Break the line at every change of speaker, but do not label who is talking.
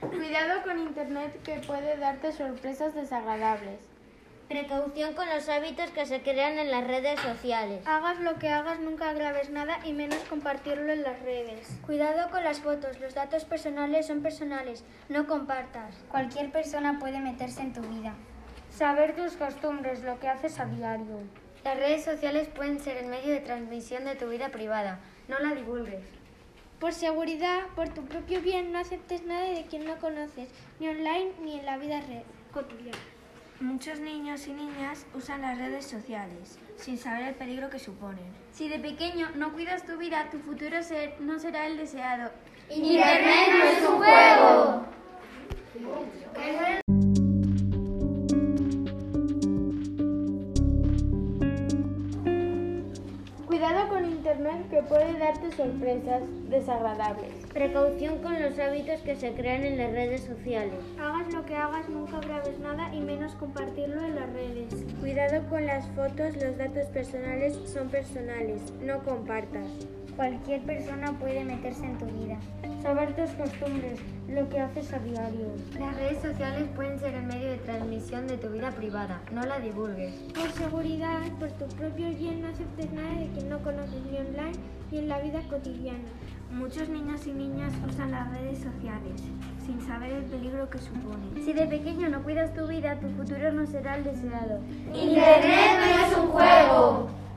Cuidado con Internet que puede darte sorpresas desagradables.
Precaución con los hábitos que se crean en las redes sociales.
Hagas lo que hagas, nunca grabes nada y menos compartirlo en las redes.
Cuidado con las fotos, los datos personales son personales, no compartas.
Cualquier persona puede meterse en tu vida.
Saber tus costumbres, lo que haces a diario.
Las redes sociales pueden ser el medio de transmisión de tu vida privada, no la divulgues.
Por seguridad, por tu propio bien, no aceptes nada de quien no conoces, ni online ni en la vida red cotidiana.
Muchos niños y niñas usan las redes sociales sin saber el peligro que suponen.
Si de pequeño no cuidas tu vida, tu futuro ser no será el deseado.
Internet no es un juego.
Cuidado con Internet que puede darte sorpresas desagradables.
Precaución con los hábitos que se crean en las redes sociales.
Hagas lo que hagas, nunca grabes nada y menos compartirlo en las redes.
Cuidado con las fotos, los datos personales son personales, no compartas.
Cualquier persona puede meterse en tu vida.
Saber tus costumbres, lo que haces a diario.
Las redes sociales pueden ser el medio de transmisión de tu vida privada, no la divulgues.
Por seguridad, por tu propio bien, no aceptes nada de quien no conoces ni online ni en la vida cotidiana.
Muchos niños y niñas usan las redes sociales sin saber el peligro que supone.
Si de pequeño no cuidas tu vida, tu futuro no será el deseado.
Internet no es un juego.